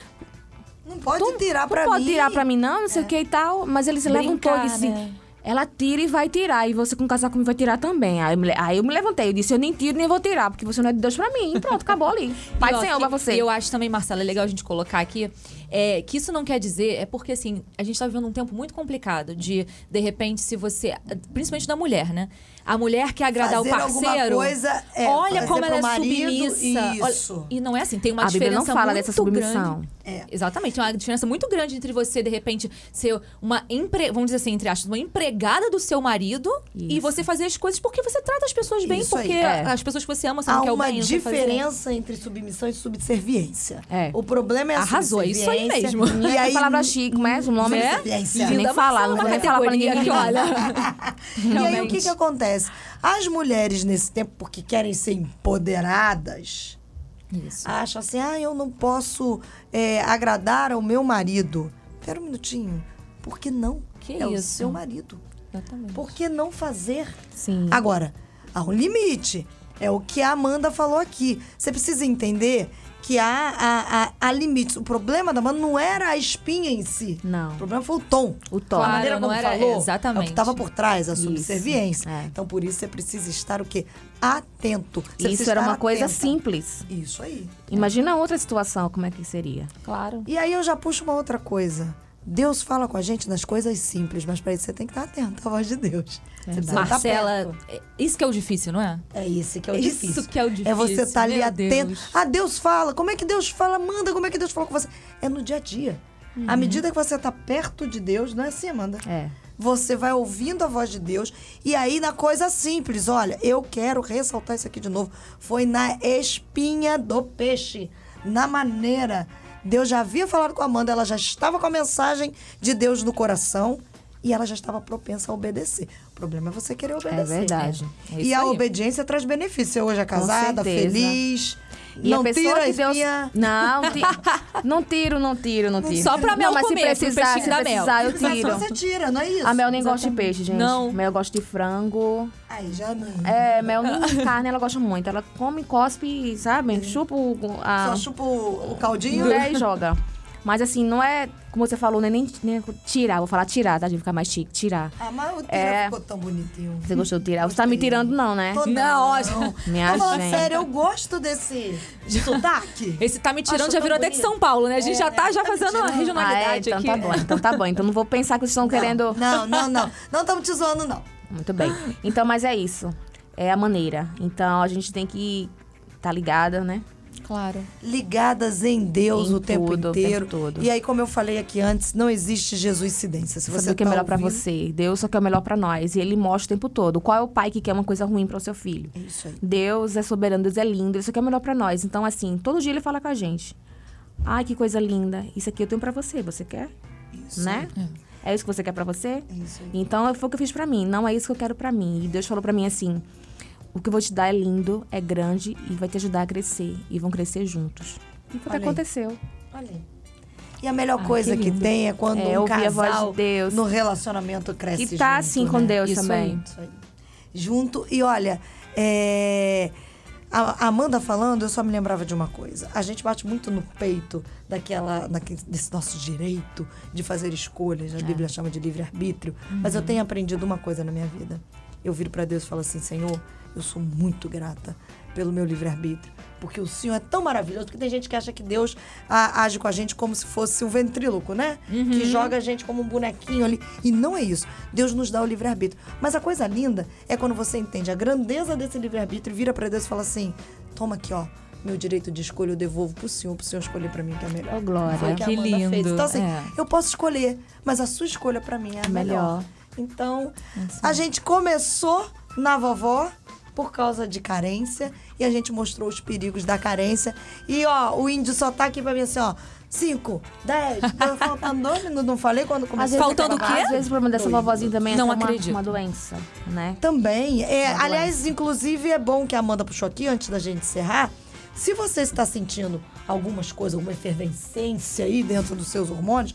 Speaker 3: Não pode tirar pra
Speaker 5: não
Speaker 3: mim.
Speaker 5: pode tirar pra mim, não, não
Speaker 4: É.
Speaker 5: sei o que e tal. Mas ele se levantou
Speaker 4: Brincar,
Speaker 5: e disse.
Speaker 4: né?
Speaker 5: Ela tira e vai tirar, e você com casaco me vai tirar também. Aí eu, me, le- aí eu me levantei, eu disse: Eu nem tiro nem vou tirar, porque você não é de Deus pra mim. E pronto, acabou ali. Pai
Speaker 4: E,
Speaker 5: do
Speaker 4: ó,
Speaker 5: Senhor
Speaker 4: que-
Speaker 5: pra você.
Speaker 4: Eu acho também, Marcela, é legal a gente colocar aqui é, que isso não quer dizer, é porque assim, a gente tá vivendo um tempo muito complicado de, de repente, se você. Principalmente da mulher, né? A mulher quer agradar o
Speaker 3: Fazer alguma
Speaker 4: parceiro.
Speaker 3: coisa, é,
Speaker 4: olha
Speaker 3: fazer
Speaker 4: como
Speaker 3: pro
Speaker 4: ela é
Speaker 3: marido,
Speaker 4: submissa. Olha-
Speaker 3: isso.
Speaker 4: e não é assim, tem uma
Speaker 5: A Bíblia
Speaker 4: diferença
Speaker 5: não fala
Speaker 4: muito
Speaker 5: dessa submissão.
Speaker 4: grande.
Speaker 3: É.
Speaker 4: Exatamente, tem uma diferença muito grande entre você, de repente, ser uma empre... vamos dizer assim, entre aspas, uma empregada do seu marido e
Speaker 5: Isso.
Speaker 4: você fazer as coisas porque você trata as pessoas bem,
Speaker 3: Isso aí,
Speaker 4: porque
Speaker 5: é.
Speaker 4: as pessoas que você ama, você
Speaker 3: Há
Speaker 4: não quer o
Speaker 3: uma
Speaker 4: bem. você fazer-
Speaker 3: diferença entre submissão e subserviência.
Speaker 5: É.
Speaker 3: O problema é a
Speaker 4: Arrasou, é isso aí
Speaker 3: subserviência.
Speaker 4: mesmo.
Speaker 5: E
Speaker 3: E aí,
Speaker 5: palavra chique, mas um nome...
Speaker 4: Né?
Speaker 3: Subserviência.
Speaker 5: Nem
Speaker 4: Linda
Speaker 5: falar,
Speaker 4: Marcela,
Speaker 5: não vou nem
Speaker 4: uma
Speaker 5: falar pra ninguém
Speaker 4: categoria
Speaker 5: aqui,
Speaker 4: olha.
Speaker 3: E aí o
Speaker 4: Realmente.
Speaker 3: que, que acontece? As mulheres nesse tempo, porque querem ser empoderadas,
Speaker 4: Isso.
Speaker 3: acham assim, ah, eu não posso é, agradar ao meu marido. Espera um minutinho. Por que não?
Speaker 4: Que
Speaker 3: é o
Speaker 4: isso?
Speaker 3: seu marido.
Speaker 4: Exatamente.
Speaker 3: Por que não fazer?
Speaker 5: Sim.
Speaker 3: Agora, há um limite. É o que a Amanda falou aqui. Você precisa entender que há, há, há- há limites. O problema da Amanda não era a espinha em si.
Speaker 5: Não.
Speaker 3: O problema foi o tom.
Speaker 5: O tom.
Speaker 3: A
Speaker 4: Claro,
Speaker 3: maneira como
Speaker 4: não era-
Speaker 3: falou.
Speaker 4: exatamente.
Speaker 3: É o que estava por trás, a
Speaker 5: Isso,
Speaker 3: subserviência.
Speaker 5: é.
Speaker 3: Então, por isso, você precisa estar o quê? Atento. Você
Speaker 5: Isso
Speaker 3: precisa
Speaker 5: era
Speaker 3: estar
Speaker 5: uma coisa
Speaker 3: atenta.
Speaker 5: simples.
Speaker 3: Isso aí.
Speaker 5: Imagina outra situação, como é que seria.
Speaker 4: Claro.
Speaker 3: E aí eu já puxo uma outra coisa. Deus fala com a gente nas coisas simples, mas para isso você tem que estar atento à voz de Deus. Você precisa estar
Speaker 4: Marcela,
Speaker 3: perto.
Speaker 4: é- isso que é o difícil, não é?
Speaker 3: É esse que é o
Speaker 4: Isso
Speaker 3: difícil.
Speaker 4: que é o
Speaker 3: É você
Speaker 4: difícil,
Speaker 3: estar ali
Speaker 4: meu
Speaker 3: atento.
Speaker 4: Deus.
Speaker 3: Ah, Deus fala. Como é que Deus fala? Manda, como é que Deus fala com você? É no dia a dia.
Speaker 4: Uhum.
Speaker 3: À medida que você está perto de Deus, não é assim, Amanda?
Speaker 5: É.
Speaker 3: Você vai ouvindo a voz de Deus e aí na coisa simples, olha, eu quero ressaltar isso aqui de novo. Foi na espinha do peixe, na maneira. Deus já havia falado com a Amanda, ela já estava com a mensagem de Deus no coração e ela já estava propensa a obedecer. O problema é você querer obedecer.
Speaker 5: verdade.
Speaker 4: É
Speaker 3: e
Speaker 4: isso
Speaker 3: a
Speaker 4: aí.
Speaker 3: obediência traz benefício. Você hoje é casada,
Speaker 5: certeza.
Speaker 3: feliz.
Speaker 5: E
Speaker 3: não
Speaker 5: a pessoa
Speaker 3: tira a
Speaker 5: que Deus.
Speaker 3: espinha.
Speaker 5: Não, ti- não tiro, não tiro, não tiro.
Speaker 4: Só pra mel
Speaker 5: não, mas
Speaker 4: comer,
Speaker 5: se
Speaker 4: pro
Speaker 5: precisar,
Speaker 4: peixinho
Speaker 5: se
Speaker 4: dar mel.
Speaker 5: precisar, eu
Speaker 3: Mas
Speaker 5: tiro.
Speaker 3: você tira, não é isso?
Speaker 5: A Mel nem gosta de peixe, gente.
Speaker 4: Não.
Speaker 5: Mel gosta de frango.
Speaker 3: Aí já não.
Speaker 5: É, Mel não carne, ela gosta muito. Ela come, cospe, sabe? Chupa o- a.
Speaker 3: Só chupa o o caldinho.
Speaker 5: né, e joga. Mas assim, não é, como você falou, né, nem, nem tirar. Vou falar tirar, tá? De ficar mais chique, tirar.
Speaker 3: Ah, mas o tira
Speaker 5: É.
Speaker 3: ficou tão bonitinho.
Speaker 5: Você gostou de tirar? Você tá me tirando, não, né?
Speaker 3: Tô-
Speaker 4: Não, ótimo.
Speaker 5: Minha
Speaker 3: Tô falando
Speaker 5: gente.
Speaker 3: sério, eu gosto desse sotaque.
Speaker 4: Esse tá me tirando
Speaker 3: Acho
Speaker 4: já
Speaker 3: tão
Speaker 4: virou até de
Speaker 3: bonito.
Speaker 4: São Paulo, né? A gente
Speaker 3: É,
Speaker 4: já tá
Speaker 3: né?
Speaker 4: já
Speaker 3: Tá me
Speaker 4: fazendo a
Speaker 3: tirando.
Speaker 4: regionalidade
Speaker 5: Ah, é, então
Speaker 4: aqui.
Speaker 5: tá bom, então tá bom. Então não vou pensar que vocês estão querendo.
Speaker 3: Não, não, não. Não estamos te zoando, não.
Speaker 5: Muito bem. Então, mas é isso. É a maneira. Então a gente tem que tá ligada, né?
Speaker 4: Claro.
Speaker 3: Ligadas em Deus
Speaker 5: Em
Speaker 3: o tempo
Speaker 5: tudo, o tempo
Speaker 3: inteiro.
Speaker 5: todo.
Speaker 3: E aí, como eu falei aqui antes, não existe Jesuicidência. Se
Speaker 5: Saber
Speaker 3: você
Speaker 5: o que é
Speaker 3: tá
Speaker 5: melhor pra
Speaker 3: ouvindo-
Speaker 5: você. Deus só quer o melhor pra nós. E ele mostra o tempo todo. Qual é o pai que quer uma coisa ruim para o seu filho?
Speaker 3: É Isso aí.
Speaker 5: Deus é soberano, Deus é lindo, isso aqui é o melhor pra nós. Então, assim, todo dia ele fala com a gente. Ai, que coisa linda. Isso aqui eu tenho pra você, você quer?
Speaker 3: Isso
Speaker 5: né? É. isso que você quer pra você?
Speaker 3: É isso aí.
Speaker 5: Então, foi o que eu fiz pra mim. Não é isso que eu quero pra mim. E Deus falou pra mim assim: o que eu vou te dar é lindo, é grande e vai te ajudar a crescer. E vão crescer juntos. E foi o
Speaker 3: Olha aí.
Speaker 5: que aconteceu.
Speaker 3: Olha aí. E a melhor coisa que, tem é quando
Speaker 5: Ah, É,
Speaker 3: um
Speaker 5: ouvir a voz
Speaker 3: casal
Speaker 5: de Deus.
Speaker 3: no relacionamento cresce
Speaker 5: E tá
Speaker 3: junto,
Speaker 5: assim com
Speaker 3: né?
Speaker 5: Deus
Speaker 4: Isso
Speaker 5: também.
Speaker 4: aí.
Speaker 3: Isso aí. Junto. E olha, é, a a Amanda falando, eu só me lembrava de uma coisa. A gente bate muito no peito daquela, daque- desse nosso direito de fazer escolhas. A
Speaker 5: É.
Speaker 3: Bíblia chama de livre-arbítrio. Mas eu
Speaker 5: Uhum.
Speaker 3: tenho aprendido uma coisa na minha vida. Eu viro pra Deus e falo assim, Senhor, eu sou muito grata pelo meu livre-arbítrio. Porque o Senhor é tão maravilhoso que tem gente que acha que Deus a- age com a gente como se fosse um ventríloco, né? Que joga a gente como um bonequinho ali. E não é isso. Deus nos dá o livre-arbítrio. Mas a coisa linda é quando você entende a grandeza desse livre-arbítrio e vira pra Deus e fala assim: toma aqui, ó. Meu direito de escolha eu devolvo pro senhor, pro senhor escolher pra mim que é melhor.
Speaker 5: Ô, Glória.
Speaker 3: Foi o que,
Speaker 4: Que
Speaker 3: a Amanda
Speaker 4: lindo,
Speaker 3: fez. Então, assim,
Speaker 4: é.
Speaker 3: eu posso escolher, mas a sua escolha pra mim é a melhor.
Speaker 5: Melhor.
Speaker 3: Então, a gente começou na vovó por causa de carência e a gente mostrou os perigos da carência. E ó, o índio só tá aqui pra mim assim, ó. 5, 10, faltando dois minutos, não falei quando começou.
Speaker 4: vezes Faltando
Speaker 5: até-
Speaker 4: o quê?
Speaker 5: Às vezes o problema dessa vovozinha também é
Speaker 4: Não
Speaker 5: ter uma,
Speaker 4: acredito.
Speaker 5: uma doença, né?
Speaker 3: Também. É,
Speaker 5: Uma
Speaker 3: aliás, inclusive, é bom que a Amanda puxou aqui, antes da gente encerrar. Se você está sentindo algumas coisas, alguma efervescência aí dentro dos seus hormônios,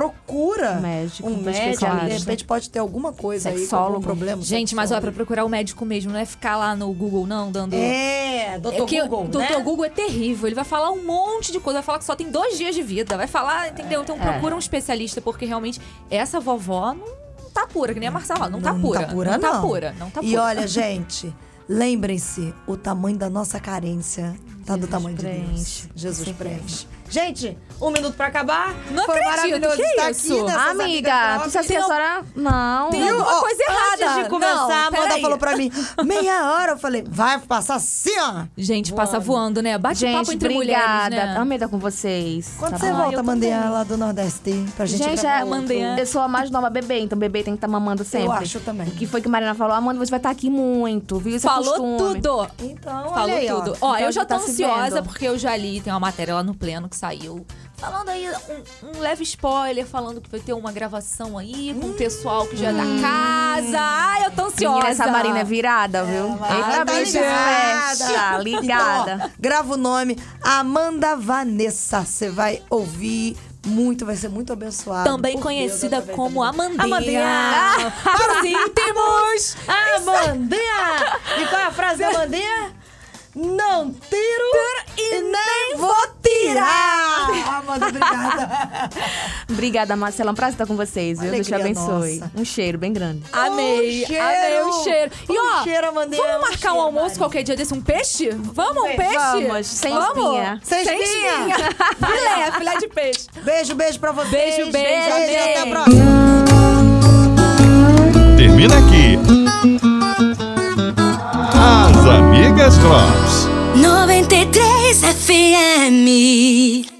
Speaker 3: procura
Speaker 5: Médico,
Speaker 3: um
Speaker 5: um
Speaker 3: médico. De
Speaker 5: especialista.
Speaker 3: repente pode ter alguma coisa aí, algum
Speaker 5: Sexólogo.
Speaker 3: problema.
Speaker 4: Gente, mas olha, pra
Speaker 3: sexólogo.
Speaker 4: procurar o médico mesmo, não é ficar lá no Google, não, dando.
Speaker 3: É, doutor
Speaker 4: é que
Speaker 3: Google,
Speaker 4: o Dr.
Speaker 3: né?
Speaker 4: Google é terrível. Ele vai falar um monte de coisa, vai falar que só tem dois dias de vida. Vai falar, entendeu? Então
Speaker 3: É.
Speaker 4: procura um especialista, porque realmente essa vovó não tá pura, que nem a Marcela, não, tá pura.
Speaker 3: Não tá pura,
Speaker 4: não.
Speaker 3: não.
Speaker 4: tá pura, não tá
Speaker 3: E
Speaker 4: pura.
Speaker 3: olha, gente, lembrem-se, o tamanho da nossa carência tá do
Speaker 5: Jesus
Speaker 3: tamanho de Deus.
Speaker 5: preenche.
Speaker 3: Jesus
Speaker 5: Com certeza.
Speaker 3: preenche. Gente, um minuto pra acabar.
Speaker 4: é Não
Speaker 3: Foi
Speaker 4: acredito,
Speaker 3: maravilhoso
Speaker 4: que
Speaker 3: estar
Speaker 4: isso?
Speaker 3: aqui nessas
Speaker 5: Amiga,
Speaker 3: amigas
Speaker 5: precisa ser a
Speaker 3: top.
Speaker 5: senhora. Não. né?
Speaker 4: Tem
Speaker 3: Viu?
Speaker 4: alguma
Speaker 3: Ó,
Speaker 4: coisa errada.
Speaker 3: Antes de começar,
Speaker 4: Não,
Speaker 3: a Amanda
Speaker 4: peraí.
Speaker 3: falou pra mim, meia hora. Eu falei, vai passar assim, ó.
Speaker 4: Gente, passa voando, né? Bate papo
Speaker 5: Gente,
Speaker 4: entre
Speaker 5: obrigada.
Speaker 4: mulheres, né?
Speaker 5: Amei estar com vocês.
Speaker 3: Quando
Speaker 5: tá
Speaker 3: você
Speaker 5: bom?
Speaker 3: volta,
Speaker 4: eu
Speaker 3: mandei
Speaker 4: também.
Speaker 3: lá do Nordeste pra gente
Speaker 5: Gente,
Speaker 3: gravar
Speaker 5: é,
Speaker 3: outro.
Speaker 4: mandei a-
Speaker 5: eu sou a mais nova bebê, então bebê tem que estar mamando sempre.
Speaker 3: acho também.
Speaker 5: O que foi que Marina falou? Amanda, você vai estar aqui muito, viu? Isso é
Speaker 4: Falou
Speaker 5: costume.
Speaker 4: tudo.
Speaker 3: Então,
Speaker 4: Falou
Speaker 3: olha aí, ó.
Speaker 4: tudo. Ó,
Speaker 5: Então
Speaker 4: eu já tô
Speaker 5: tá se
Speaker 4: ansiosa
Speaker 5: vendo.
Speaker 4: porque eu já li, tem uma matéria lá no Pleno que saiu. Falando aí, um, um leve spoiler, falando que vai ter uma gravação aí com o pessoal que já é da casa. Ai, eu tô ansiosa.
Speaker 5: Hum. Menina, essa Marina é virada, viu?
Speaker 3: Marina tá
Speaker 5: Eita, bicho,
Speaker 3: ligada.
Speaker 4: Tá
Speaker 5: esperta,
Speaker 3: Então, ó,
Speaker 5: ligada.
Speaker 3: grava o nome Amanda Vanessa. Você vai ouvir muito, vai ser muito abençoado.
Speaker 4: Também
Speaker 3: Por
Speaker 4: conhecida
Speaker 3: Deus, eu
Speaker 4: como Amandinha. Ah,
Speaker 3: Amandinha.
Speaker 4: Para os íntimos.
Speaker 3: também. Amandinha! E qual é a frase da Amandinha? Não tiro e nem vou tirar! Ah, Amanda, obrigada.
Speaker 5: Obrigada, Marcela. É um prazer estar com vocês, viu? Deus te
Speaker 3: Alegria
Speaker 5: abençoe.
Speaker 3: nossa.
Speaker 5: Um cheiro bem grande.
Speaker 4: Amei,
Speaker 3: Um cheiro.
Speaker 4: amei o cheiro. E
Speaker 3: Um
Speaker 4: ó,
Speaker 3: cheiro, Amandinha, um
Speaker 4: vamos marcar um
Speaker 3: cheiro,
Speaker 4: almoço
Speaker 3: Mari.
Speaker 4: qualquer dia desse? Um peixe? Vamos, um peixe?
Speaker 5: Vamos, sem
Speaker 4: vamos.
Speaker 5: espinha.
Speaker 3: Sem espinha.
Speaker 4: filé, filé de peixe.
Speaker 3: Beijo, beijo pra vocês.
Speaker 4: Beijo, beijo,
Speaker 3: beijo até a
Speaker 4: amém.
Speaker 3: próxima.
Speaker 1: Termina aqui. As Amigas Drops.
Speaker 2: 93 FM